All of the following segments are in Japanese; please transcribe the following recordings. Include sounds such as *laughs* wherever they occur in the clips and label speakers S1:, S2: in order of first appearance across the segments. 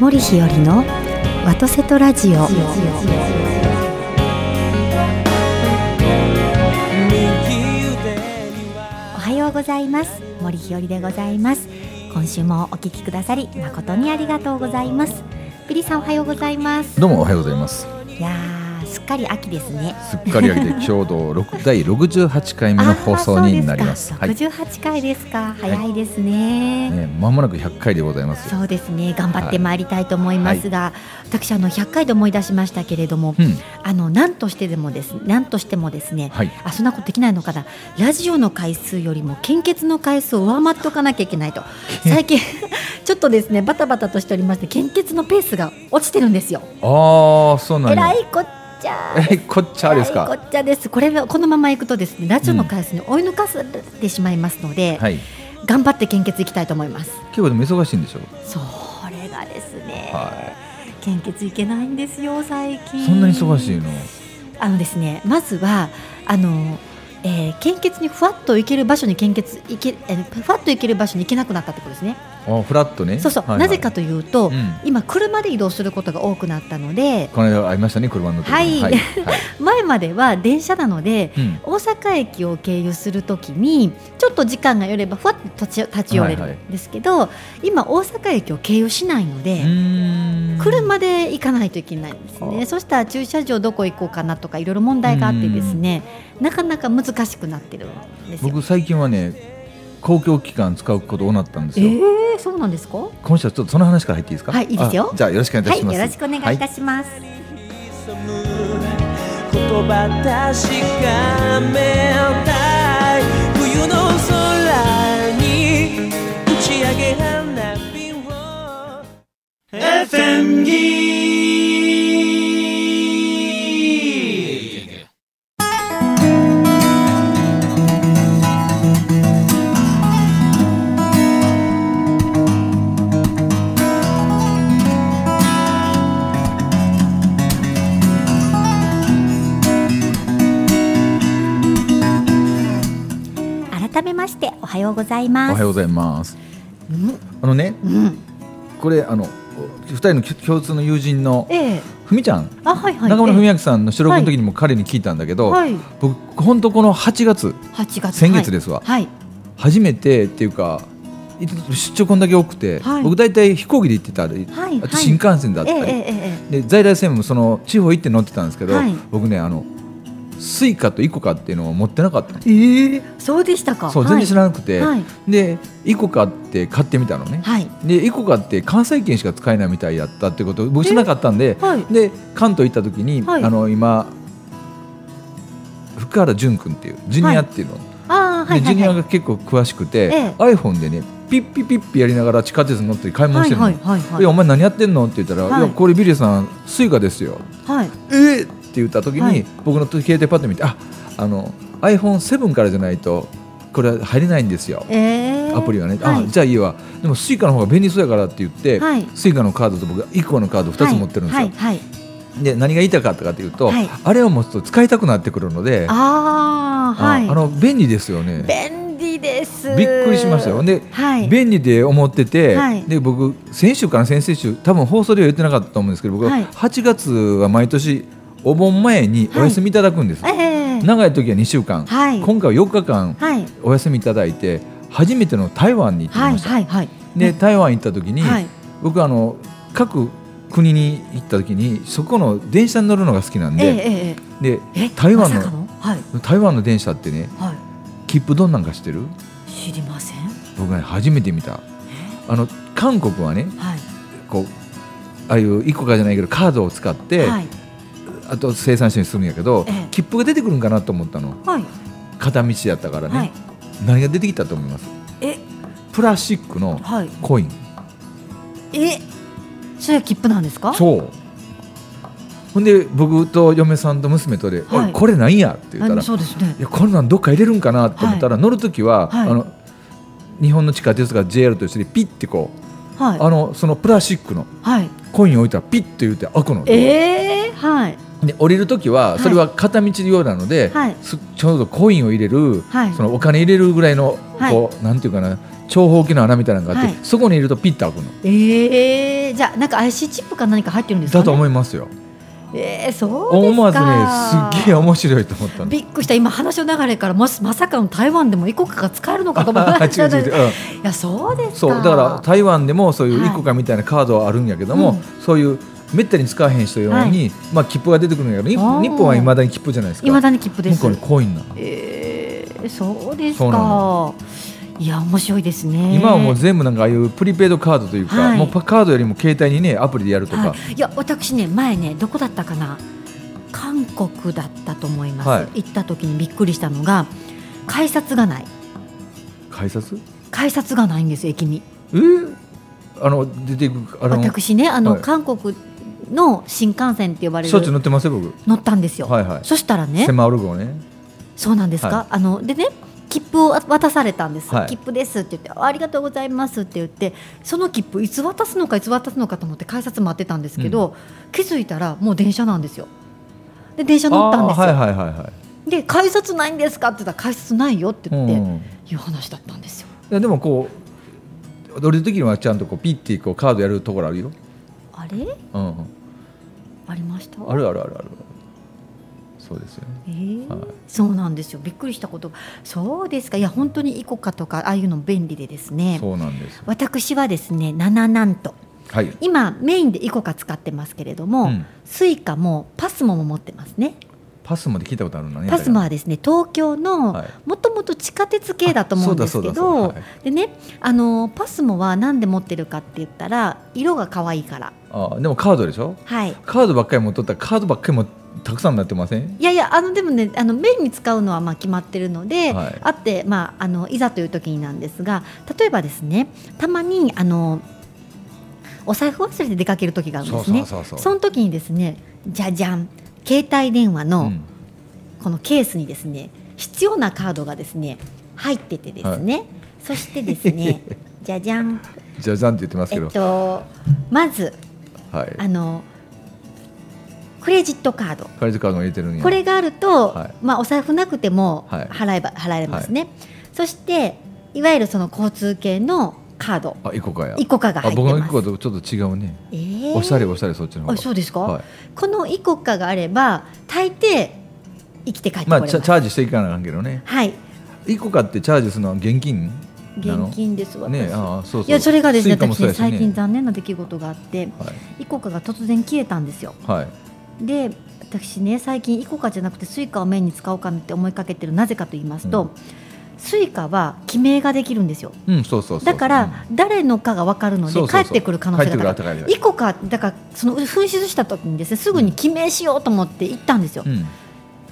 S1: 森日和のワトセトラジオおはようございます森日和でございます今週もお聞きくださり誠にありがとうございますピリさんおはようございます
S2: どうもおはようございます。
S1: いやーすっかり秋ですね
S2: すっかり秋で共同六第六十八回目の放送になります。
S1: あーそう
S2: ね、
S1: ですか68回ですか、早いですね
S2: まもなく百回でございますよ。
S1: そうですね頑張ってまいりたいと思いますが、私あの100回で思い出しましたけれども、
S2: うん、
S1: あの何としてでもです何としてもですね、
S2: はい。
S1: あそんなことできないのかなラジオの回数よりも献血の回数を上回っておかなきゃいけないと最近 *laughs* ちょっとですねバタバタとしておりまして献血のペースが落ちてるんですよ。
S2: ああ、そうな
S1: え
S2: ん
S1: ら
S2: だ。
S1: いこっちゃ
S2: *laughs* えらいこっちゃです
S1: えら
S2: か。
S1: いこっちゃですこれがこのままいくとですねラジオの回数に追い抜かされてしまいますので、
S2: はい。
S1: 頑張って献血いきたいと思います。
S2: 今日はでも忙しいんでしょ
S1: それがですね、
S2: は
S1: 献血いけないんですよ最近
S2: そんなに忙しいの。
S1: あのですねまずはあの、えー献血にふわっと行ける場所に献血行け、えーふわっと行ける場所に行けなくなったってことですね
S2: あ、フラットね。
S1: そうそう、
S2: はいはい
S1: なぜか。という
S2: う
S1: と、
S2: ん。
S1: 今車で移動することが多くなったので
S2: この間会いましたね、車の時に。
S1: はい
S2: はい。はい
S1: 前までは電車なので
S2: うん。
S1: 大阪駅を経由するときにちょっと時間がよればふわっと立ち立ち寄れる
S2: はいはい
S1: んですけど、今大阪駅を経由しないので、
S2: うーん
S1: *laughs* 車で行かないといけないんです
S2: あ
S1: ね、そしたら駐車場どこ行こうかなとかいろいろ問題があってですねなかなか難しくなってるんですよ。
S2: 僕最近はね。公共機関使うこと多なったんです
S1: え
S2: よ。
S1: ー、そうなんですかは
S2: 今週はちょっとその話から入っていいですか。
S1: はいいいですよ
S2: あじゃあよろしくお願いいた
S1: い
S2: します。
S1: よろしくお願いいたします、
S3: 潜む言葉確かめたい冬の空に打ち上げ花火を FM ギー
S1: 改めましておはようございます
S2: おはようございます。あのね、
S1: うん、うん、
S2: これあの二人の共通の友人の
S1: ええ
S2: ふみちゃん、
S1: あはいはい
S2: 中村文
S1: え
S2: 明さんの収録の時にも彼に聞いたんだけ
S1: え
S2: ど、
S1: はい
S2: 僕本当この8月
S1: 八月
S2: 先月ですすわ、
S1: はい
S2: 初めてっていうかいつ出張こんだけ多くて、
S1: はい
S2: 僕大体飛行機で行ってたり、
S1: はい
S2: あ
S1: は
S2: と
S1: い
S2: 新幹線だった
S1: ええ
S2: り、
S1: えええ
S2: で在来線もその地方行って乗ってたんですけど、
S1: はい
S2: 僕ねあのスイカとイコカっていうのを持ってなかったの
S1: えええそうでしたか
S2: そう全然知
S1: な
S2: らなくて、
S1: はい
S2: でイコカって買ってみたのね、
S1: はい
S2: でイコカって関西圏しか使えないみたいだったってこと僕知らなかったんで、
S1: はい
S2: で関東行った時に、
S1: はい
S2: あの今福原淳君っていうジュニアっていうの、
S1: ああーは
S2: で
S1: い
S2: ジュ
S1: はい
S2: ニ
S1: は
S2: ア
S1: い
S2: が結構詳しくて、
S1: ええ
S2: iPhone でねピッピピッピやりながら地下鉄に乗って買い物してるの、
S1: はいいはいは
S2: や
S1: いい
S2: お前何やってんのって言ったら、
S1: はい
S2: い、やこれビリーさんスイカですよ
S1: はい
S2: えー、って言った時に、
S1: はい
S2: 僕の携帯パッと見てああの iPhone7 からじゃないとこれは入れないんですよ
S1: ええ
S2: アプリはね、
S1: はい
S2: あじゃあいいわでもスイカの方が便利そうやからって言って、
S1: はい
S2: スイカのカードと僕がイコのカード2つ持ってるんですよ、
S1: はいはいはい
S2: で何が言いたかったかというと、
S1: はい
S2: あれを持つと使いたくなってくるので
S1: ああ
S2: あ
S1: はい
S2: あの便利ですよね
S1: 便利です
S2: びっくりしましたよで、
S1: はい
S2: 便利で思ってて、
S1: はい
S2: で僕先週から先々週多分放送では言ってなかったと思うんですけど僕は
S1: はい
S2: 8月は毎年お盆前にお休みいただくんです、
S1: ええ
S2: 長い時は2週間、
S1: はい
S2: 今回は4日間
S1: はい
S2: お休みいただいて初めての台湾に行ってき
S1: はい
S2: ました、
S1: はいはい
S2: で台湾行った時に、
S1: はい
S2: 僕あの各国に行った時にそこの電車に乗るのが好きなん
S1: ええ
S2: で,、
S1: ええええ
S2: で台湾
S1: ま
S2: の,、
S1: さかのはい
S2: 台湾の電車ってね
S1: は
S2: 切符どんなんかしてる
S1: い知りません
S2: 僕ね初めて見たあの韓国はね
S1: はい
S2: こうああいう一個かじゃないけどカードを使って、
S1: はい
S2: あと生産者にするんやけど、
S1: ええ
S2: 切符が出てくるんかなと思ったの
S1: はい
S2: 片道やったからね、
S1: はい
S2: 何が出てきたと思います
S1: え
S2: プラスチックの
S1: はい
S2: コイン
S1: えそれは切符なんですか
S2: そうほんで僕と嫁さんと娘とで「
S1: はい
S2: おいこれなんや?」って言った
S1: あ
S2: ら
S1: そうですね
S2: いやこんなんどっか入れるんかなと思ったら、乗る時は、
S1: はい
S2: あの日本の地下鉄が JR と一緒でピッてこ
S1: は
S2: う、
S1: い
S2: あのそのプラスチックの
S1: はい
S2: コインを置いたらピッて言って開くの、
S1: ええはい
S2: で降りる時はそれは片道用なので、
S1: はい
S2: すちょうどコインを入れる、
S1: はい
S2: そのお金入れるぐらいの、
S1: はい
S2: こうなんていうかな長方形の穴みたいなのがあって、
S1: はい
S2: そこにいるとピッと開くの
S1: ええじゃあなんか IC チップか何か入ってるんですか、ね、
S2: だと思いますよ
S1: ええそうですか
S2: 思わずねすっげえ面白いと思ったの *laughs*
S1: びっくりした今話の流れからもしまさかの台湾でも異国貨が使えるのかと思った
S2: 違う違う違う、うん
S1: *laughs* いやそうですか
S2: そうだから台湾でもそういう
S1: はい
S2: イコカみたいなカードはあるんやけども、
S1: うん
S2: そういうめったに使わへん人用に、
S1: はい
S2: まあ切符が出てくるんやけど日
S1: あー
S2: 日本はいまだに切符じゃないですか
S1: いまだに切符です
S2: 向こうにコインなの
S1: ええそうです
S2: そうな
S1: かいや面白いですね
S2: 今はもう全部なんかああいうプリペイドカードというか、
S1: はい
S2: もうパカードよりも携帯にねアプリでやるとか、
S1: はい、いや私ね前ねどこだったかな韓国だったと思います、
S2: は
S1: 行った時にびっくりしたのが改札がない
S2: 改札
S1: 改札がないんです駅に
S2: えー、あの出ていくあの
S1: 私ねあの、
S2: はい
S1: 韓国の新幹線って呼ばれ
S2: しょっちゅう
S1: る
S2: 乗ってますよ僕
S1: 乗ったんですよ、
S2: はいはい
S1: そしたらね
S2: セマオル号ね
S1: そうなんですか、
S2: はい
S1: あのでね切符を渡されたんです、
S2: はい
S1: 切符ですって言ってあありがとうございますって言ってその切符いつ渡すのかいつ渡すのかと思って改札待ってたんですけど、気づいたらもう電車なんですよで電車乗ったんですよ、
S2: あーはいはいはいは
S1: で改札ないんですかって言ったら改札ないよって
S2: い、
S1: 言って、
S2: うん、い
S1: いう話だったんですよ
S2: やでもこう乗る時にはちゃんとこうピッてこうカードやるところあるよ、
S1: あれ
S2: うんうん、
S1: ありました
S2: あるあるあるあるそうですよね
S1: えー
S2: はい
S1: そうなんですよびっくりしたことがそうですかいや本当にイコカとかああいうの便利でですね
S2: そうなんですよ
S1: 私はですね7なんと
S2: はい、
S1: 今メインでイコカ使ってますけれども、
S2: うん
S1: スイカもパスモも持ってますね
S2: パスまで聞いたことあるんだね
S1: パスモはですね東京の
S2: はい
S1: もともと地下鉄系だと思うんですけ
S2: あそうだそうだそ
S1: ど
S2: うだはい
S1: でねあのパスモは何で持ってるかって言ったら色が可愛いから
S2: あーでもカードでしょ
S1: はい
S2: カードばっかり持っとったらカードばっかりもたくさんなってません
S1: いやいやあのでもねあのメインに使うのはまあ決まってるので、
S2: はい
S1: あって、まあ、あのいざという時になんですが例えばですねたまにあのお財布忘れて出かける時があるんです
S2: そ
S1: ね
S2: うそうそうそう
S1: その時にですねじゃじゃん携帯電話
S2: う
S1: の
S2: ん
S1: このケースにですね必要なカードがですね入っててですね、そしてです
S2: *laughs*
S1: ねじゃじゃん
S2: じゃじゃんって言ってますけ
S1: え
S2: ど、
S1: っとまず
S2: はい
S1: あのクレジットカード
S2: クレジットカードも入れてるんや
S1: これがあると、
S2: はい
S1: まあ、お財布なくても
S2: はい
S1: 払えば、払えますね、そしていわゆるその交通系のカード
S2: あイコカや
S1: イコカが
S2: あ
S1: 入って
S2: 僕のイ
S1: ま
S2: コカ
S1: す
S2: とちょっと違うね、
S1: えー
S2: おしゃれおしゃれそっちの方
S1: あ
S2: が
S1: そうですか、
S2: はい
S1: このイコカがあれば大抵生きて帰ってこ
S2: ま
S1: れ
S2: あ
S1: ます、
S2: チャチャージしていかなあかんけどね
S1: はい
S2: イコカってチャージするのは現金なの
S1: 現金ですわ、
S2: ね
S1: 私
S2: あーそうそう
S1: いやそれがですね
S2: スイカも
S1: 私
S2: そう
S1: ね
S2: やしね
S1: 最近残念な出来事があって
S2: はい
S1: イコカが突然消えたんですよ
S2: はい
S1: で私ね最近イコカじゃなくてスイカをメインに使おうかなって思いかけてるなぜかと言いますと、
S2: うん
S1: スイカは記名ができるんですよ
S2: うんそうそうそう
S1: だから誰のかが分かるので
S2: そうそう
S1: 帰
S2: そう
S1: ってくる可能性が
S2: 帰って
S1: 高
S2: くる
S1: い。イコカだからその紛失した時にですねすぐに記名しようと思って行ったんですよ
S2: う。ん、うん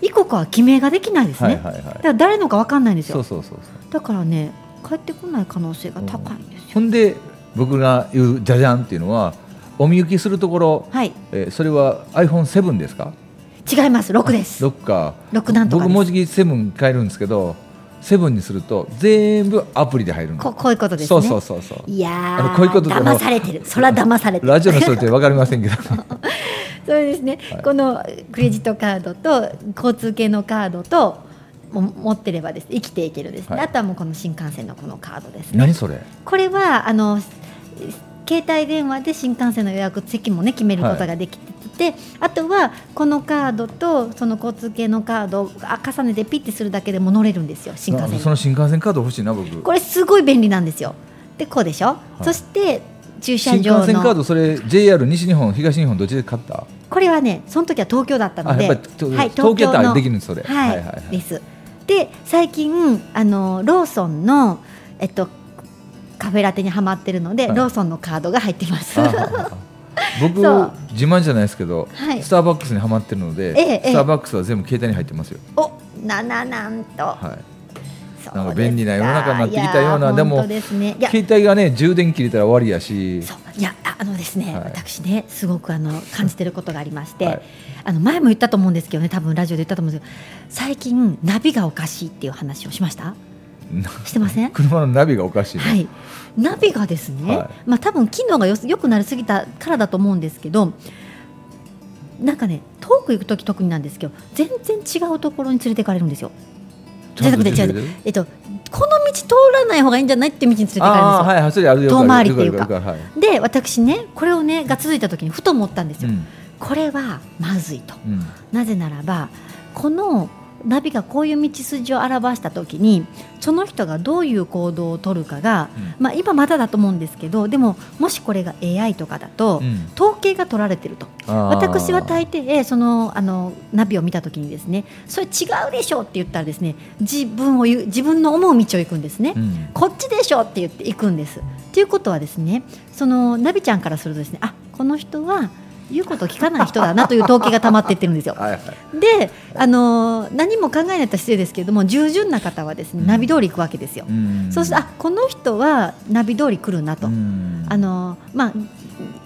S1: イコカは記名ができないです
S2: はい
S1: ね。
S2: はいはい
S1: だから誰のか分かんないんです
S2: そう
S1: よ。
S2: そうそうそう
S1: だからね帰ってこない可能性が高いんです
S2: ほ
S1: よ。
S2: んで僕が言うじゃじゃんっていうのはお見受けするところ、
S1: はい
S2: えーそれは iPhone7 ですか
S1: 違います六です。
S2: 6か
S1: 六なんとか
S2: 僕
S1: で
S2: もう
S1: す。
S2: じき7変えるんですけど7にすると全部アプリで入るの
S1: ここういうことです
S2: そ
S1: ね。
S2: うそうそうそう
S1: いや
S2: あ
S1: ー
S2: のこういうことでも
S1: 騙されてる。そら騙されてる。
S2: ラジオの人って分かりません
S1: *laughs*
S2: けど
S1: そうですね、
S2: はい
S1: このクレジットカードと交通系のカードとも持ってればです生きていけるですね、
S2: はい
S1: あとはもうこの新幹線のこのカードですね
S2: 何それ
S1: これはあのす携帯電話で新幹線の予約席もね決めることができてて、あとはこのカードとその交通系のカードをあ重ねてピッてするだけでも乗れるんですよ新幹
S2: な
S1: 線に
S2: その新幹線カード欲しいな僕
S1: これすごい便利なんですよでこうでしょ、
S2: い
S1: そして駐車
S2: 新幹
S1: 場の
S2: 線カードそれ JR 西日本東日本どっちで買った
S1: これはねその時は東京だったの
S2: あ
S1: で、
S2: やっぱりと東京タワーできるんですそれ
S1: はい、
S2: はいはいはい
S1: です。で最近あのローソンのえっとカフェラテにはまってるので、
S2: はい
S1: ローソンのカードが入ってます。
S2: あー僕
S1: そう
S2: 自慢じゃないですけど、
S1: はい
S2: スターバックスにはまってるので、
S1: ええええ
S2: スターバックスは全部携帯に入ってますよ、
S1: *laughs* おなななんと、
S2: はい、
S1: そう
S2: なんか便利な世の中になってきたような
S1: ですかいやー
S2: でも
S1: 本当ですね。いや
S2: 携帯がね充電切れたら終わりやし
S1: そういやああのですね、
S2: はい
S1: 私ねすごくあの感じてることがありまして、
S2: はい
S1: あの前も言ったと思うんですけどね多分ラジオで言ったと思うんですけど最近ナビがおかしいっていう話をしました
S2: な
S1: してません
S2: 車のナビがおかしいね、
S1: はい、ナビがですね、
S2: はい
S1: まあ多分機能がよす良くなりすぎたからだと思うんですけどなんかね遠く行く時特になんですけど全然違うところに連れて行かれるんですよ。じゃなくて違う違うえっと、この道通らない方がいいんじゃないって道に連れて行かれるんで
S2: あ
S1: すよ
S2: あ。ーはいはいそれあるよくある
S1: 遠回りっていうか
S2: よくあるよくあるはい
S1: で私ねこれをねが続いた時にふと思ったんです
S2: う
S1: よ、
S2: ん
S1: これはまずいと
S2: うん
S1: なぜならばこのナビがこういう道筋を表した時にその人がどういう行動を取るかが、まあ、今まだだと思うんですけどでももしこれが AI とかだと、
S2: うん
S1: 統計が取られてると私は大抵そのあのナビを見た時にですねそれ違うでしょって言ったらですね自分を言う自分の思う道を行くんですね。
S2: うん
S1: こっちでしょって言って行くんです。ということはですねそのナビちゃんからするとですねあこの人は言うことを聞かない人だなという統計が溜まっていってるんですよ。
S2: *laughs* はいはい
S1: で、あのー何も考えないと失礼ですけれども従順な方はですね
S2: うん
S1: ナビ通り行くわけですよ。
S2: ん
S1: そうするとあこの人はナビ通り来るなと、
S2: うん
S1: あのーまあ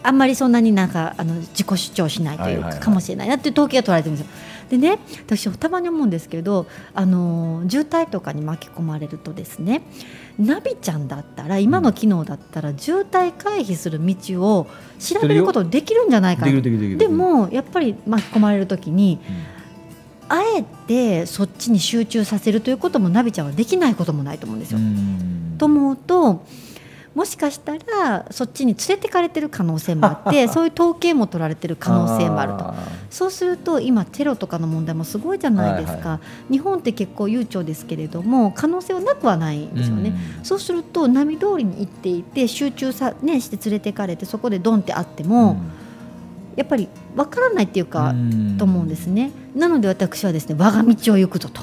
S1: あんまりそんなになんかあの自己主張しないという
S2: はいはいは
S1: か
S2: い
S1: かもしれないなっていう統計が取られてるんですよ。でね私たまに思うんですけれどあのー渋滞とかに巻き込まれるとですねナビちゃんだったら今の機能だったら渋滞回避する道を調べることできるんじゃないか
S2: でき
S1: な
S2: るできるできる
S1: でもやっぱり巻き込まれるときに
S2: うん
S1: あえてそっちに集中させるということもナビちゃんはできないこともないと思うんですよ。
S2: うん
S1: と思うともしかしたらそっちに連れてかれてる可能性もあっ
S2: *laughs*
S1: てそういう統計も取られてる可能性もあると。そうすると今テロとかの問題もすごいじゃないですか、
S2: は
S1: 日本って結構悠長ですけれども可能性はなくはないん
S2: ー
S1: ですよね。
S2: うん
S1: そうすると波通りに行っていて集中さ、ね、して連れてかれてそこでドンってあっても、やっぱりわからないっていうか、
S2: ん
S1: と思うんですね。なので私はですね我が道を行くぞ
S2: *laughs*
S1: と。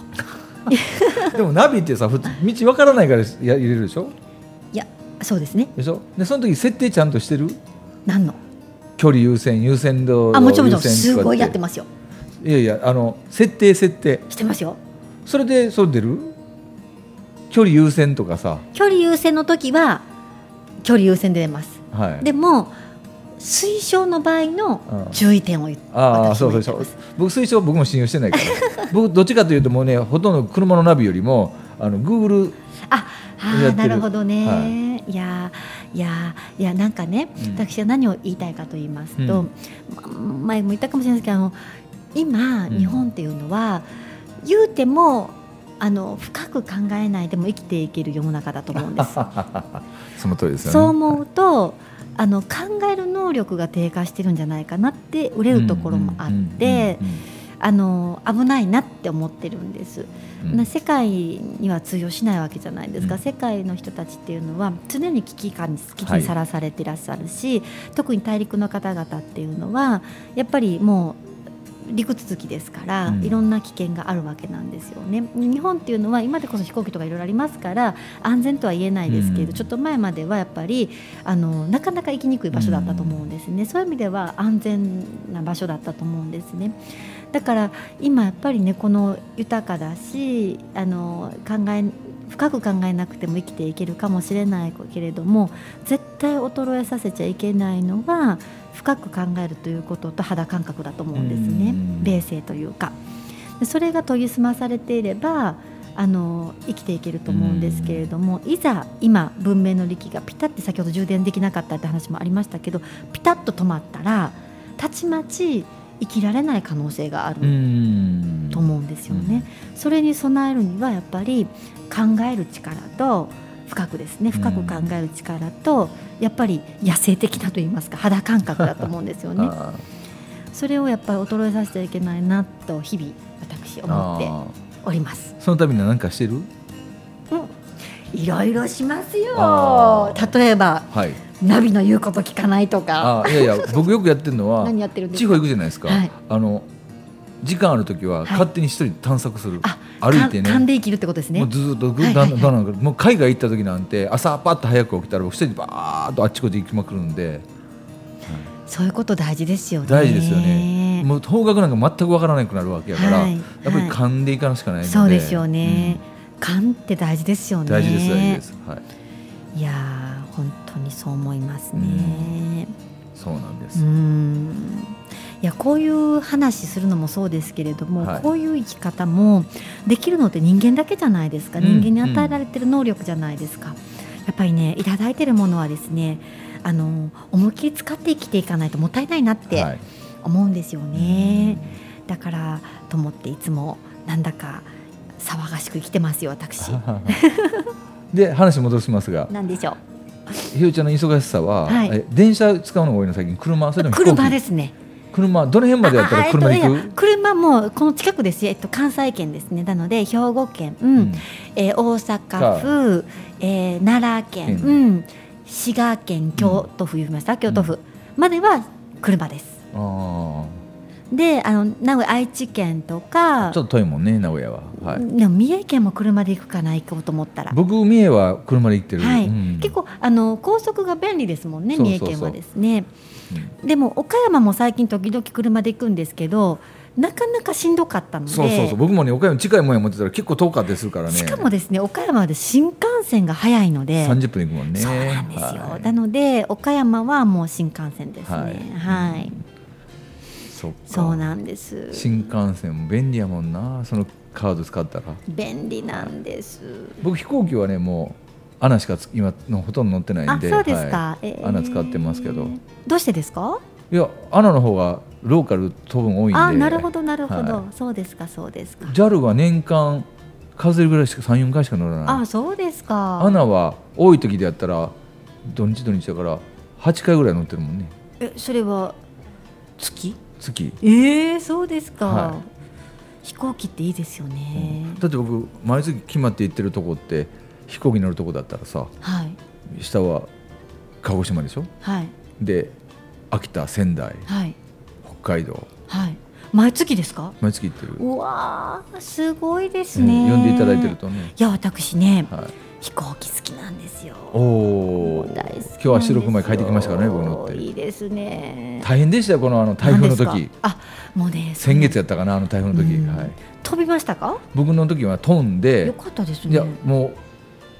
S2: でもナビってさ普通道わからないからや入れるでしょ
S1: そうですね。
S2: でしょでその時設定ちゃんとしてる
S1: 何の？
S2: 距離優先優先度
S1: あもちろんもちろん
S2: 優先
S1: す
S2: とか
S1: ごいやってますよ。
S2: いやいやあの設定設定
S1: してますよ。
S2: それでそう出る距離優先とかさ
S1: 距離優先の時は距離優先で出ます。
S2: はい
S1: でも推奨の場合の
S2: うん
S1: 注意点を言って
S2: ああ
S1: 私
S2: そうそ
S1: も言
S2: う
S1: って
S2: そう
S1: ます。
S2: 僕推奨僕も信用してないから僕どっちかというともうねほとんど車のナビよりもあの Google
S1: あ
S2: や
S1: あ
S2: って
S1: な
S2: る
S1: るほどね。い、やーいやーいやなんかね、
S2: うん
S1: 私は何を言いたいかと言いますと、
S2: うん
S1: ま前も言ったかもしれないですけどあの今
S2: うん
S1: 日本っていうのは、言うてもあの深く考えないでも生きていける世の中だと思うんです。
S2: *laughs* その通りですよね
S1: そう思うと、あの考える能力が低下してるんじゃないかなって憂うところもあって
S2: うんうん
S1: あの危ないなって思ってるんです、
S2: うんうん
S1: な世界には通用しないわけじゃないですか、
S2: うん
S1: 世界の人たちっていうのは常に危機感に危機
S2: はい
S1: にさらされていらっしゃるし、特に大陸の方々っていうのはやっぱりもう陸続きですから、
S2: うん
S1: いろんな危険があるわけなんですよね日本っていうのは今でこそ飛行機とかいろいろありますから安全とは言えないですけれど、
S2: うん
S1: ちょっと前まではやっぱりあのなかなか行きにくい場所だったと思うんですね、そういう意味では安全な場所だったと思うんですねだから今やっぱりねこの豊かだしあの考え深く考えなくても生きていけるかもしれないけれども絶対衰えさせちゃいけないのは深く考えるということと肌感覚だと思うんですね
S2: うん
S1: 冷静というかでそれが研ぎ澄まされていればあの生きていけると思うんですけれどもいざ今文明の力がピタッて先ほど充電できなかったって話もありましたけどピタッと止まったらたちまち生きられない可能性がある
S2: うん
S1: と思うんですよね。それに備えるにはやっぱり考える力と深くですね深く考える力とやっぱり野生的なと言いますか肌感覚だと思うんですよね。
S2: あ
S1: それをやっぱり衰えさせちゃいけないなと日々私
S2: ー
S1: 思って
S2: あ
S1: おります。
S2: ーそのために何かしてる
S1: うん、いろいろしますよ
S2: あ。
S1: 例えば
S2: はい
S1: ナビの言うこと聞かないとか
S2: あーいやいや僕よくやってるのは
S1: *laughs* 何やってるんです
S2: 地
S1: か。
S2: 方行くじゃないですか、
S1: はい
S2: あの時間ある時は
S1: はい
S2: 勝手に一人探索する、
S1: あ
S2: 歩いてね
S1: かん勘で生きるってことですね。
S2: もうずっとぐ
S1: はい
S2: だ
S1: は
S2: ん
S1: い
S2: だんだんだんもう海外行った時なんて朝パッと早く起きたら僕一人でバーッとあっちこっち行きまくるんで
S1: そういうこと大事ですよね。
S2: 大事ですよねもう方角なんか全くわからなくなるわけやから、
S1: はい
S2: やっぱり
S1: は
S2: 噛んでいかなしかないの
S1: い、
S2: で
S1: そうですよね。、勘って大事ですよ
S2: うん
S1: ね。
S2: 大事です大事ですはい
S1: いやー本当にそう思いますね。
S2: そうなんで
S1: う
S2: す、
S1: ん。いやこういう話するのもそうですけれども、
S2: はい
S1: こういう生き方もできるのって人間だけじゃないですか、
S2: うん
S1: 人間に与えられてる能力じゃないですか、やっぱりねいただいてるものはですねあの思いっきり使って生きていかないともったいないなって
S2: はい *laughs*
S1: 思うんですよね。だからと思っていつもなんだか騒がしく生きてますよ私。
S2: で話戻しますが
S1: なんでしょ
S2: ひよちゃんの忙しさは、
S1: はい
S2: え電車使うのが多いの最近車それ
S1: う
S2: でも飛行機
S1: 車ですね。
S2: 車どの辺までやった
S1: あ
S2: ら
S1: あ
S2: 車で行
S1: えっとい
S2: く
S1: や車もこの近くですよ、えっと、関西圏ですねなので兵庫県、うん
S2: うん
S1: えー大阪府、えー奈良県、
S2: う
S1: うん、滋賀県京都府言いました、京都府までは車です
S2: あ
S1: であの名古屋愛知県とか
S2: あちょっと遠いもんね名古屋は、はい
S1: でも三重県も車で行くかな行こうと思ったら、
S2: 僕三重は車で行ってる、
S1: はい
S2: うん
S1: 結構あの高速が便利ですもんね
S2: そうそう
S1: 三
S2: そう
S1: 重県はですねでも岡山も最近時々車で行くんですけどなかなかしんどかったので
S2: そうそうそう僕もね岡山近いもんや持ってたら結構遠かったりするからね
S1: しかもですね岡山は新幹線が早いので、
S2: 30分で行くもんね
S1: そうなんですよ、
S2: はい
S1: なので岡山はもう新幹線ですね
S2: は
S1: はいい、
S2: そっか
S1: そうなんです
S2: 新幹線も便利やもんなそのカード使ったら
S1: 便利なんです
S2: 僕飛行機はねもう穴しかつ今のほとんど乗ってない
S1: あ
S2: んで
S1: そうですか、
S2: はい
S1: えー
S2: 穴使ってますけど
S1: どうしてですか
S2: いや穴の方がローカル飛ぶん多いんで
S1: あなるほどなるほど、
S2: は
S1: そうですかそうですか
S2: JAL は年間数えるぐらいしか34回しか乗らない
S1: あそうですか
S2: 穴は多い時でやったら土日土日だから8回ぐらい乗ってるもんね
S1: えそれは月
S2: 月、
S1: ええそうですか、
S2: は
S1: 飛行機っていいですよね、
S2: だって僕毎月決まって行ってるとこって飛行機乗るとこだったらさ
S1: はい
S2: 下は鹿児島でしょ
S1: はい
S2: で秋田仙台
S1: はい
S2: 北海道
S1: はい毎月ですか
S2: 毎月行ってる、
S1: うわーすごいです
S2: う
S1: ね、
S2: ん呼んでいただいてるとね、
S1: いや私ね、
S2: はい、
S1: 飛行機好きなんですよ
S2: おお
S1: 大好きなんですよ
S2: 今日は白く前帰ってきましたからね僕乗って
S1: いいですね
S2: 大変でしたよこのあの台風の
S1: 何
S2: 時
S1: ですかあもうね
S2: 先月やったかなあの台風の時、
S1: うん
S2: はい、
S1: 飛びましたか
S2: 僕の時は飛んで
S1: よかったです
S2: い
S1: ね
S2: やもう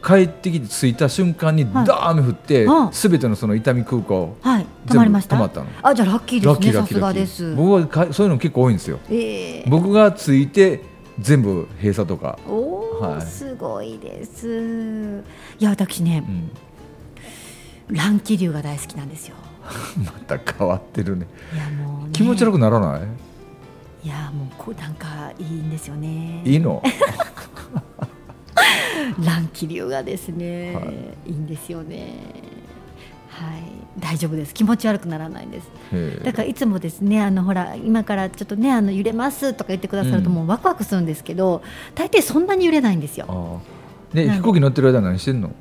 S2: 帰ってきて着いた瞬間に
S1: は
S2: ダ
S1: い
S2: ー雨降って
S1: ああ
S2: すべ、てのその伊丹空港
S1: はい止
S2: 全
S1: ま
S2: 部
S1: りました
S2: 止まったの
S1: あじゃあラッキーで
S2: ラ
S1: す
S2: ッキ
S1: ね
S2: ーラ
S1: さ
S2: ッキ
S1: す
S2: ーラッ
S1: が
S2: キー
S1: です
S2: 僕はかそういうの結構多いんですよ
S1: ええ
S2: 僕が着いて全部閉鎖とか、
S1: おー、
S2: はい
S1: すごいですいや私ね
S2: う、ん、
S1: 乱気流が大好きなんですよ
S2: また変わってるね
S1: いやもう、ね、
S2: 気持ち悪くならない、
S1: いやもうこうなんかいいんですよね
S2: いいの
S1: 乱気流がですね、、
S2: はい
S1: いんですよねはい大丈夫です気持ち悪くならないんです
S2: ええ
S1: *laughs* だからいつもですねあのほら今からちょっとねあの揺れますとか言ってくださると
S2: うん
S1: もうワクワクするんですけど、大抵そんなに揺れないんです
S2: あ
S1: よ
S2: あで
S1: なんで
S2: 飛行機乗ってる間何してんの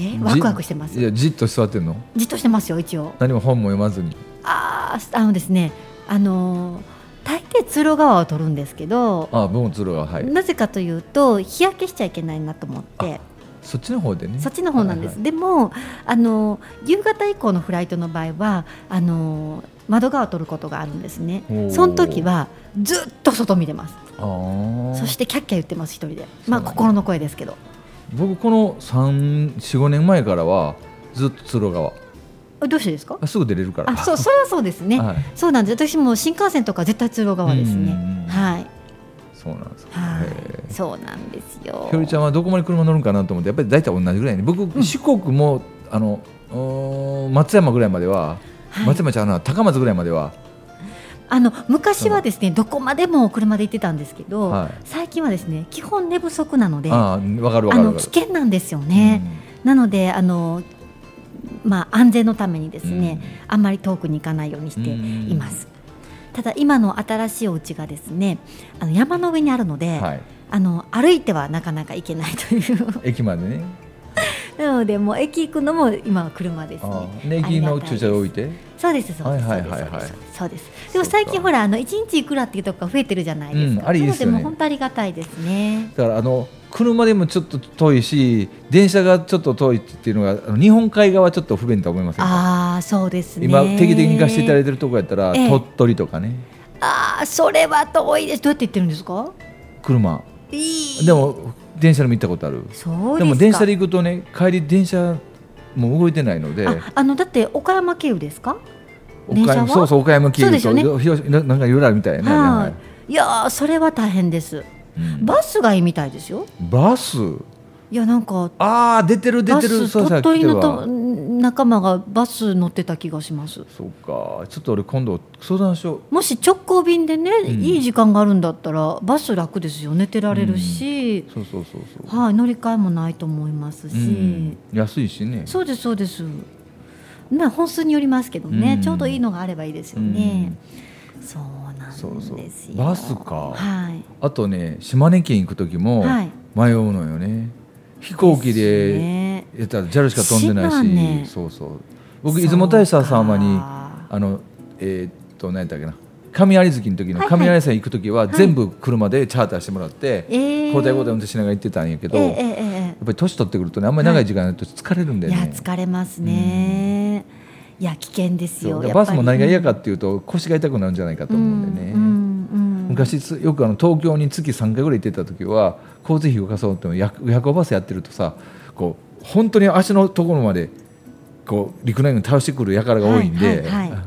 S1: えーワクワクしてます
S2: いやじっと座ってんの
S1: じっとしてますよ一応
S2: 何も本も読まずに
S1: あーあのですねあのー大抵鶴川を取るんですけど
S2: ああ僕もつるがはい
S1: なぜかというと日焼けしちゃいけないなと思って
S2: そっちの方でね
S1: そっちの方なんです、
S2: はい
S1: でもあの夕方以降のフライトの場合はあの窓側を取ることがあるんですね
S2: おー
S1: その時はずっと外見てます
S2: はいああ
S1: そしてキャッキャ言ってます一人でま
S2: そうな
S1: あ
S2: んだ
S1: 心の声ですけど
S2: 僕この345年前からはずっと鶴川
S1: あどうしてですか
S2: あすぐ出れるから
S1: あそうそれはそうですね、
S2: はい、
S1: そうなんです私も新幹線とか絶対通路側です
S2: うんうんうん
S1: ねはい
S2: そうなんですか、
S1: は
S2: へ
S1: いそうなんですよ
S2: えひよりちゃんはどこまで車乗るんかなと思ってやっぱり大体同じぐらいね僕、
S1: ん
S2: 四国もあのうーん松山ぐらいまでは、
S1: はい
S2: 松山ちゃんの高松ぐらいまでは、
S1: あの昔はですねどこまでも車で行ってたんですけど、
S2: はい
S1: 最近はですね基本寝不足なので
S2: ああ分かる分
S1: あ
S2: かる
S1: の
S2: 分か
S1: 危
S2: る
S1: 険なんですよね、なのであの、まあ、安全のためにですね、あんまり遠くに行かないようにしています、ただ今の新しいお家がですねあの山の上にあるの
S2: う
S1: で、
S2: んはい、
S1: あの歩いてはなかなか行けないという *laughs*
S2: 駅までね
S1: なのでもう駅行くのも今は車です
S2: あ
S1: ね
S2: あで駅の駐車場置い
S1: て
S2: て
S1: そうですそうです、
S2: はいはいはいはい
S1: そうですそうですそうですで
S2: そう
S1: も
S2: か
S1: 最近ほらあの一日いくらっていうとこが増えてるじゃないですか、
S2: うんあれいいですよね
S1: なのでもう本当ありがたいですね
S2: だからあの車でもちょっと遠いし電車がちょっと遠いっていうのがあの日本海側ちょっと不便と思いませんか
S1: ああそうですね
S2: 今定期的に行かせていただいてるとこやったら、
S1: ええ
S2: 鳥取とかね
S1: ああそれは遠いですどうやって行ってるんですか
S2: 車
S1: いい
S2: でも電車でも行ったことある
S1: そうですか
S2: でも電車で行くとね帰り電車もう動いてないので
S1: ああのだって岡山経由ですか電車
S2: 山
S1: は
S2: そうそう岡山経
S1: そう
S2: 由
S1: です
S2: と、
S1: よね
S2: 広島なんかいろいろあるみたいね、
S1: は、
S2: はい
S1: い、やーそれは大変です
S2: いうん
S1: バスがいいみたいですよ
S2: バス
S1: いやなんか
S2: ああ出てる出
S1: バ
S2: てる
S1: ス
S2: そうさ
S1: 鳥取
S2: 来
S1: の
S2: てるわ
S1: と仲間がバス乗ってた気がします
S2: そうかちょっと俺今度相談しよう
S1: もし直行便でね、
S2: ん
S1: いい時間があるんだったらバス楽ですよ寝てられるし、
S2: そうそうそうそう、
S1: はい、乗り換えもないと思いますし、
S2: うん、安いしね
S1: そうですそうですまあ本数によりますけどね、
S2: うん
S1: ちょうどいいのがあればいいですよね、そうなんですよ
S2: そうそうバスか
S1: はい
S2: あとね島根県行く時も
S1: はい
S2: 迷うのよね、飛行機
S1: です
S2: で
S1: ね
S2: やったら JAL しか飛んでないし、
S1: 島根
S2: そうそう僕出雲大社様
S1: そう
S2: に
S1: か
S2: あのえーっと何やったっけな神有月の時
S1: はいは
S2: の
S1: い
S2: 神有さん行く時は全部車でチャーターしてもらって、
S1: えー
S2: 交代交代運転しながら行ってたんやけど、
S1: ええ
S2: やっ
S1: えええ
S2: ぱり年取ってくるとねあんまり長い時間やると疲れるん
S1: え
S2: だ
S1: い
S2: よ
S1: や
S2: ね。
S1: 疲れますね、いや危険です
S2: そう
S1: よ
S2: だからバスも何が嫌
S1: か
S2: かっていうと腰が痛くなるんじゃないかと思うんでね、
S1: うんうん
S2: 昔つよくあの東京に月3回ぐらい行ってた時は交通費を貸そうっても夜夜行バスやってるとさこう本当に足のところまでこうリクライニング倒してくる輩が多いんで、
S1: はいはいはい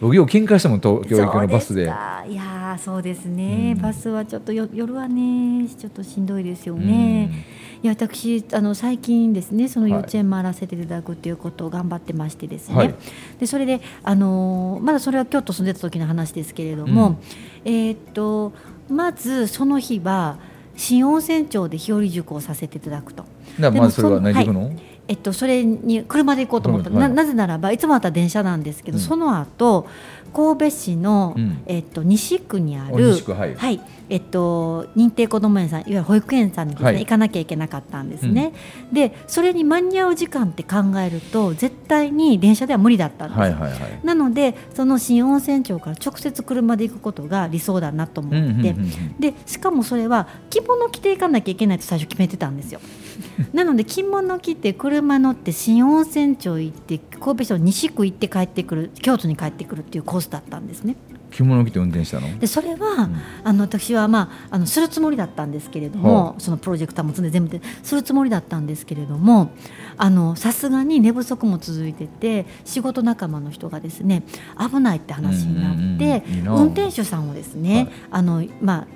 S2: 僕よう喧嘩してもん東京行きのバスで
S1: そうすかいやーそうですね、
S2: うん
S1: バスはちょっとよ夜はねちょっとしんどいですよね、いや私あの最近ですねその幼稚園回らせていただくということを頑張ってましてですね、
S2: はい
S1: でそれであのーまだそれは京都住んでた時の話ですけれども、えーっとまずその日は新温泉町で日和塾をさせていただくと。
S2: だからまずそれは
S1: でも
S2: 何で行
S1: その
S2: くの、
S1: えっと、それに車で行こうと思った、
S2: はい
S1: ななぜならばいつもだったら電車なんですけど、
S2: うん
S1: その後神戸市の、
S2: うん
S1: えっと、西区にあ
S2: お
S1: る
S2: 西区はい
S1: はいえっと、認定こども園さんいわゆる保育園さんにですね、
S2: はい
S1: 行かなきゃいけなかったんですね、でそれに間に合う時間って考えると絶対に電車では無理だったんです、
S2: はいはいはい。
S1: なのでその新温泉町から直接車で行くことが理想だなと思っ
S2: う
S1: て、
S2: んうんうんうん
S1: でしかもそれは着物着ていかなきゃいけないと最初決めてたんですよなので着物着て車乗って新温泉町行って神戸市の西区行って帰ってくる京都に帰ってくるっていうコースだったんですね
S2: 着物着て運転したの
S1: でそれは、
S2: ん
S1: あの私は、まあ、あのするつもりだったんですけれども、そのプロジェクターも積んで全部でするつもりだったんですけれどもあのさすがに寝不足も続いてて仕事仲間の人がですね危ないって話になって、
S2: うんうんうんいいな
S1: 運転手さんをですね、
S2: はい
S1: あのまあ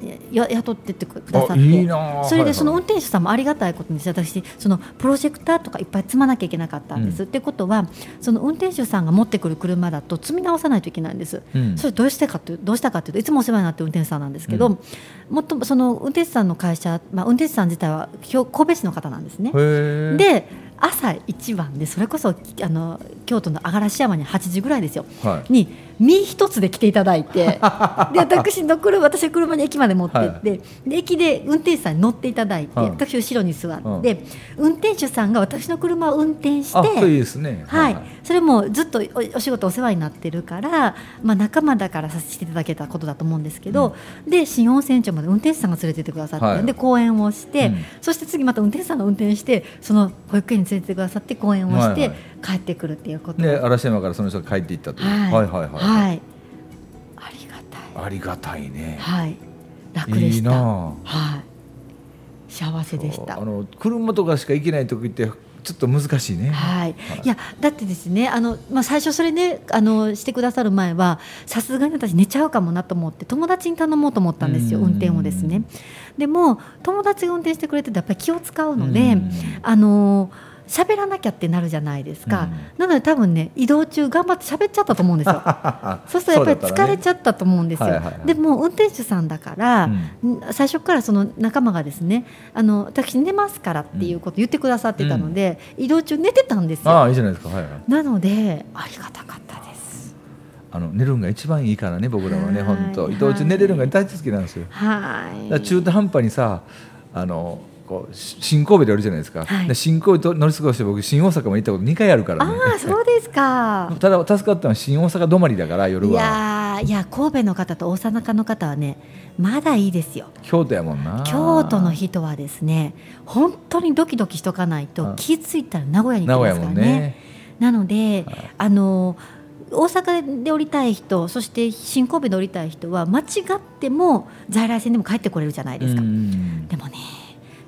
S1: でや雇ってってくださっ
S2: あ
S1: て
S2: いいなあ
S1: それでその
S2: はい
S1: 運転手さんもありがたいことに私そのプロジェクターとかいっぱい積まなきゃいけなかったんです、
S2: う
S1: ってことはその運転手さんが持ってくる車だと積み直さないといけないんです、
S2: うん
S1: それどうしてかというどうしたかというといつもお世話になってる運転手さんなんですけど、
S2: う
S1: もっともその運転手さんの会社、まあ、運転手さん自体はひょ神戸市の方なんですね。
S2: へえ
S1: で朝一番でそれこそあの京都のあがらし山に8時ぐらいですよ。
S2: は
S1: に身一つで来ていただい
S2: *laughs*
S1: てで私の車私は車に駅まで持ってって、で駅で運転手さんに乗っていただいて、
S2: はい
S1: 私後ろに座って、
S2: うん
S1: 運転手さんが私の車を運転して
S2: あそういいですね
S1: はい、それもずっとおお仕事お世話になってるから、まあ、仲間だからさせていただけたことだと思うんですけど、で新温泉町まで運転手さんが連れてってくださって、
S2: はい
S1: で講演をして、
S2: うん
S1: そして次また運転手さんが運転してその保育園に連れてってくださって講演をし
S2: はい
S1: て
S2: はい
S1: 帰ってくるっていうこと
S2: で嵐山からその人が帰っていったと、
S1: はい、
S2: はいはいはい
S1: はいありがたい
S2: ありがたいね
S1: はい楽で
S2: いい
S1: した
S2: なあ
S1: はい幸せでし
S2: あ
S1: た
S2: の車とかしか行けない時ってちょっと難しいね。
S1: はい
S2: はい、
S1: いやだってですねあの、まあ、最初それねあのしてくださる前はさすがに私寝ちゃうかもなと思って友達に頼もうと思ったんですよ
S2: うん
S1: 運転をですねでも友達が運転してくれててやっぱり気を使うので
S2: *laughs* うん
S1: あの喋らなきゃってなるじゃないですか、なので多分ね移動中頑張って喋っちゃったと思うんですよそうするとやっぱり疲れち
S2: ゃ
S1: ゃったと思うんですよ。
S2: はいはいはい
S1: でも運転手さんだから、ん最初からその仲間がですねあの私寝ますからっていうことを言ってくださってたので、移動中寝てたんです
S2: あ
S1: よ
S2: あいいじゃないですか。はいはい。
S1: なのでありがたかったです
S2: あの寝るんが一番いいからね僕らはね
S1: はい
S2: 本当
S1: はい
S2: 移動中寝れるんが大好きなんですよ。
S1: はい
S2: だから中途半端にさあのこうし新神戸であるじゃないですか。
S1: はい
S2: で新神戸と乗り過ごして僕新大阪も行ったこと2回あるからね。
S1: ああそうですか
S2: ただ助かったのは新大阪止まりだから夜
S1: い
S2: は
S1: やーいや神戸の方と大阪の方はねまだいいですよ
S2: 京都やもんな。
S1: 京都の人はですね本当にドキドキしとかないと
S2: あ
S1: 気づいたら名古屋に行
S2: 名古
S1: きま
S2: 屋
S1: すか
S2: も
S1: ら
S2: ん
S1: ね
S2: ね。
S1: なので、
S2: はい
S1: あの大阪で降りたい人そして新神戸で降りたい人は間違っても在来線でも帰ってこれるじゃないですか、
S2: うん
S1: でもね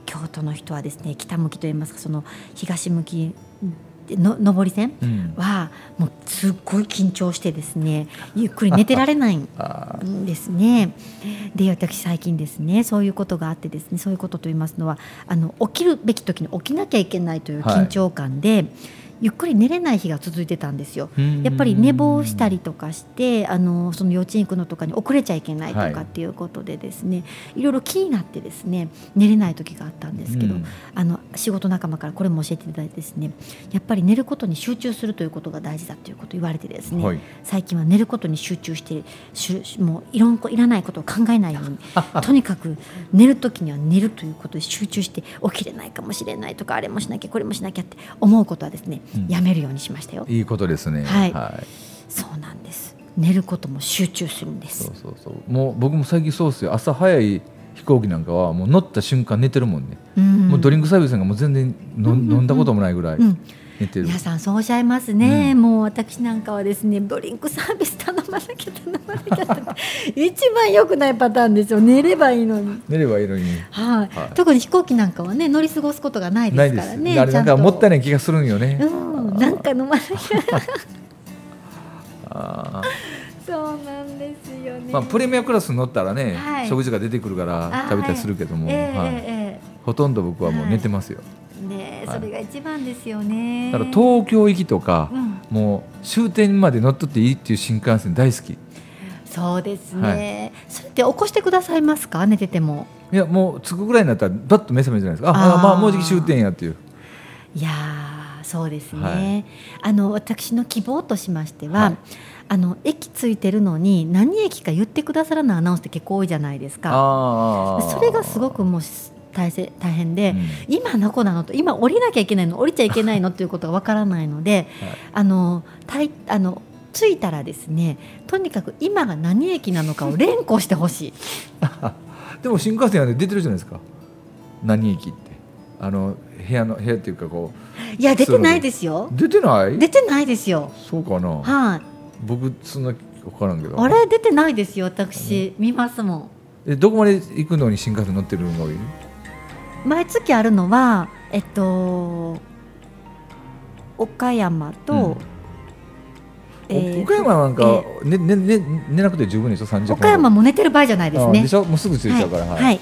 S1: 京都の人はですね北向きといいますかその東向きの上り線
S2: うん
S1: はもうすっごい緊張してですねゆっくり寝てられないん
S2: あ
S1: ですね。で私最近ですねそういうことがあってですねそういうことと言いますのはあの起きるべき時に起きなきゃいけないという緊張感で、ゆっくり寝れない日が続いてたんですよ。
S2: うん
S1: やっぱり寝坊したりとかしてあのその幼稚園行くのとかに遅れちゃいけないと
S2: はい
S1: かっていうことでですね、い、ろいろ気になってですね寝れない時があったんですけど、
S2: うん
S1: あの仕事仲間からこれも教えていただいてですねやっぱり寝ることに集中するということが大事だということを言われてですね、
S2: はい
S1: 最近は寝ることに集中してしゅもういろんこいらないことを考えないよ
S2: *laughs*
S1: うにとにかく寝る時には寝るということに集中して起きれないかもしれないとかあれもしなきゃこれもしなきゃって思うことはですね、
S2: うん
S1: やめるようにしましたよ。
S2: いいことですね
S1: はい
S2: はい
S1: そうなんです。寝ることも集中するんで
S2: そ
S1: す
S2: う。そうそうもう僕も最近そうですよ朝早い飛行機なんかはもう乗った瞬間寝てるもんね、
S1: うん
S2: もうドリンクサービスなんかもう全然の、
S1: うんうんうん
S2: 飲んだこともないぐらい
S1: うん
S2: 寝てる、
S1: 皆さんそうおっしゃいますね、
S2: う
S1: もう私なんかはですねドリンクサービス頼まなきゃ頼まなきゃって一番良くないパターンですよ寝ればいいのに、
S2: 寝ればいいのに
S1: はい
S2: はい
S1: 特に飛行機なんかはね乗り過ごすことがない
S2: な
S1: で
S2: い
S1: す
S2: で
S1: から
S2: す、
S1: ね
S2: あれなんかもったい
S1: ない
S2: ない気がするんよね、
S1: うん、なんか飲まなきゃ
S2: あー
S1: そうなんですよね、
S2: まあ、プレミアクラスに乗ったらね、
S1: はい
S2: 食事が出てくるから
S1: あ
S2: 食べたりするけども、
S1: ええ
S2: はい
S1: え
S2: ほとんど僕はもう寝てますよ、
S1: えねえ
S2: はい
S1: それが一番ですよね、
S2: だから東京行きとか、
S1: うん
S2: もう終点まで乗っとっていいっていう新幹線大好き
S1: そうですね、それって起こしてくださいますか寝てても
S2: いやもう着くぐらいになったらバッと目覚めるじゃないですかあ
S1: あー
S2: あまあもうじき終点やっていう
S1: いやーそうですね、
S2: は
S1: あの私の希望としましては、
S2: はい
S1: あの駅ついてるのに何駅か言ってくださらないアナウンスって結構多いじゃないですか
S2: あー
S1: それがすごくもう大せ大変で、
S2: うん
S1: 今の子なのと今降りなきゃいけないの降りちゃいけないのっていうことがわからないので、
S2: はい
S1: あのたいあの着いたらですねとにかく今が何駅なのかを連呼してほし
S2: *laughs*
S1: い
S2: でも新幹線はね出てるじゃないですか何駅ってあの部屋の部屋っていうかこ
S1: いや出てないですよ
S2: う出てない
S1: 出てないですよ
S2: そうかな
S1: はい、
S2: 僕そんな分からんけど
S1: あれ出てないですよ私見ますもん
S2: えどこまで行くのに新幹線乗ってるのが多い
S1: 毎月あるのはえっと岡山と、
S2: うん
S1: えー
S2: お岡山なんか、
S1: え
S2: ねねね寝なくて十分でしょ30分
S1: 岡山も寝てる場合じゃないです
S2: あ
S1: ね
S2: でしょもうすぐ着いちゃうから
S1: は、
S2: はい
S1: はい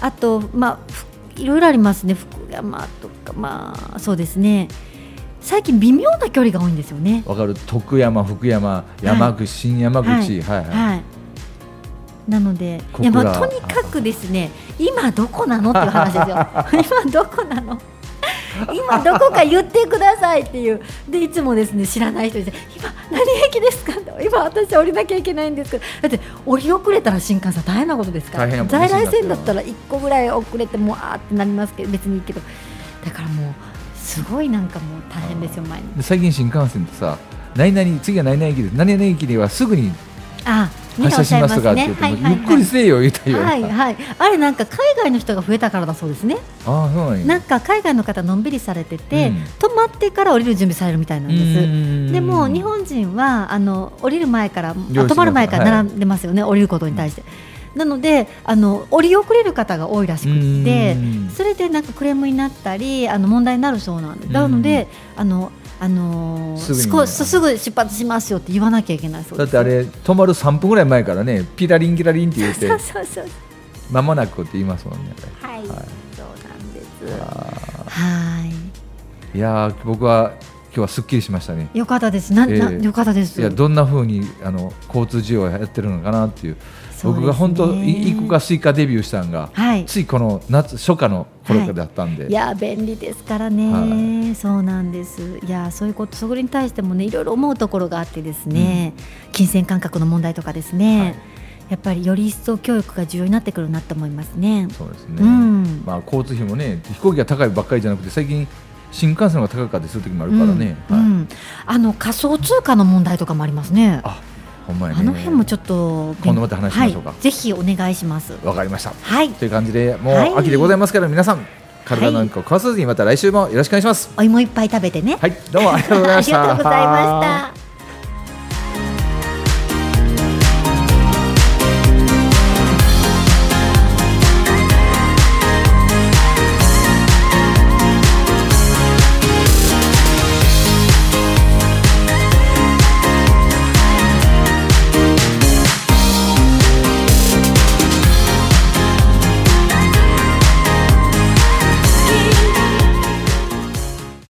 S1: あとまあふいろいろありますね福山とかまあそうですね最近微妙な距離が多いんですよね
S2: わかる徳山福山山口、新山口はいはい、
S1: はいなので
S2: こ
S1: い
S2: こが
S1: やまあとにかくですね今どこなのっていう話で
S2: *laughs*
S1: すよ今どこなの今どこか言ってくださいっていうでいつもですね知らない人に今何駅ですか今私降りなきゃいけないんですけどだって降り遅れたら新幹線大変なことですから
S2: 大変やもん
S1: 在来線だったら1個ぐらい遅れてもうあーってなりますけど別にいいけどだからもうすごいなんかもう大変ですよ毎日
S2: で最近新幹線ってさ何々次は何々駅です何々駅ではすぐに
S1: あーみん
S2: 発
S1: なおっ
S2: 車
S1: し
S2: し
S1: ゃ
S2: まと
S1: いますす
S2: かって言
S1: ね
S2: ってもゆ
S1: はいはいはい
S2: っくりせえよ言ったよ、
S1: はいはい、あれなんか海外の人が増えたからだそうですね、
S2: ああそうなんや
S1: なんか海外の方のんびりされてて、
S2: うん
S1: 泊まってから降りる準備されるみたいなんです
S2: す
S1: でも日本人はあの降りる前からあ
S2: 用意してます
S1: 泊まる前から並んでますよね、降りることに対して、なのであの降り遅れる方が多いらしくってそれでなんかクレームになったりあの問題になるそうなんでなのであのあの
S2: すぐに
S1: すこすぐ出発しますよって言わなきゃいけないそう
S2: だ
S1: で
S2: っ
S1: す
S2: てあれ止まる3分ぐらい前からねピラリンキラリンって言って
S1: *laughs* そうそうそう
S2: 間もなくって言いますもんね
S1: はい、
S2: はい
S1: そうなんです
S2: あ
S1: はい
S2: ーいやー僕は今日はすっきりしましたね
S1: よかったです。な、な、
S2: ええ
S1: よかったです。
S2: いやどんな風にあの交通需要をやってるのかなっていう
S1: そうです
S2: 僕
S1: ね
S2: が本当い一個がスイカデビューしたんが、
S1: はい
S2: ついこの夏初夏の頃だったんで、
S1: いや、便利ですからね。そうなんです。いや、そういうこと、そこに対してもね、いろいろ思うところがあってですね。金銭感覚の問題とかですね。
S2: はい
S1: やっぱりより一層教育が重要になってくるなと思いますね。
S2: そうですね、
S1: うん
S2: まあ、交通費もね飛行機が高いばっかりじゃなくて最近新幹線が高かったりする時もあるからね、
S1: うん、
S2: はい
S1: うんあの仮想通貨の問題とかもありますね。
S2: あほんまやね
S1: あの辺もちょっと
S2: 今度また話しましょうか
S1: はい、ぜひお願いします。
S2: わかりました
S1: はい、
S2: という感じでもう
S1: はい
S2: 秋でございますから皆さん体なんかを壊さずにまた来週もよろしくお願いします
S1: お芋いっぱい食べてね。 *laughs*
S2: はい、どうもありがとうございました
S1: ありがとうございました。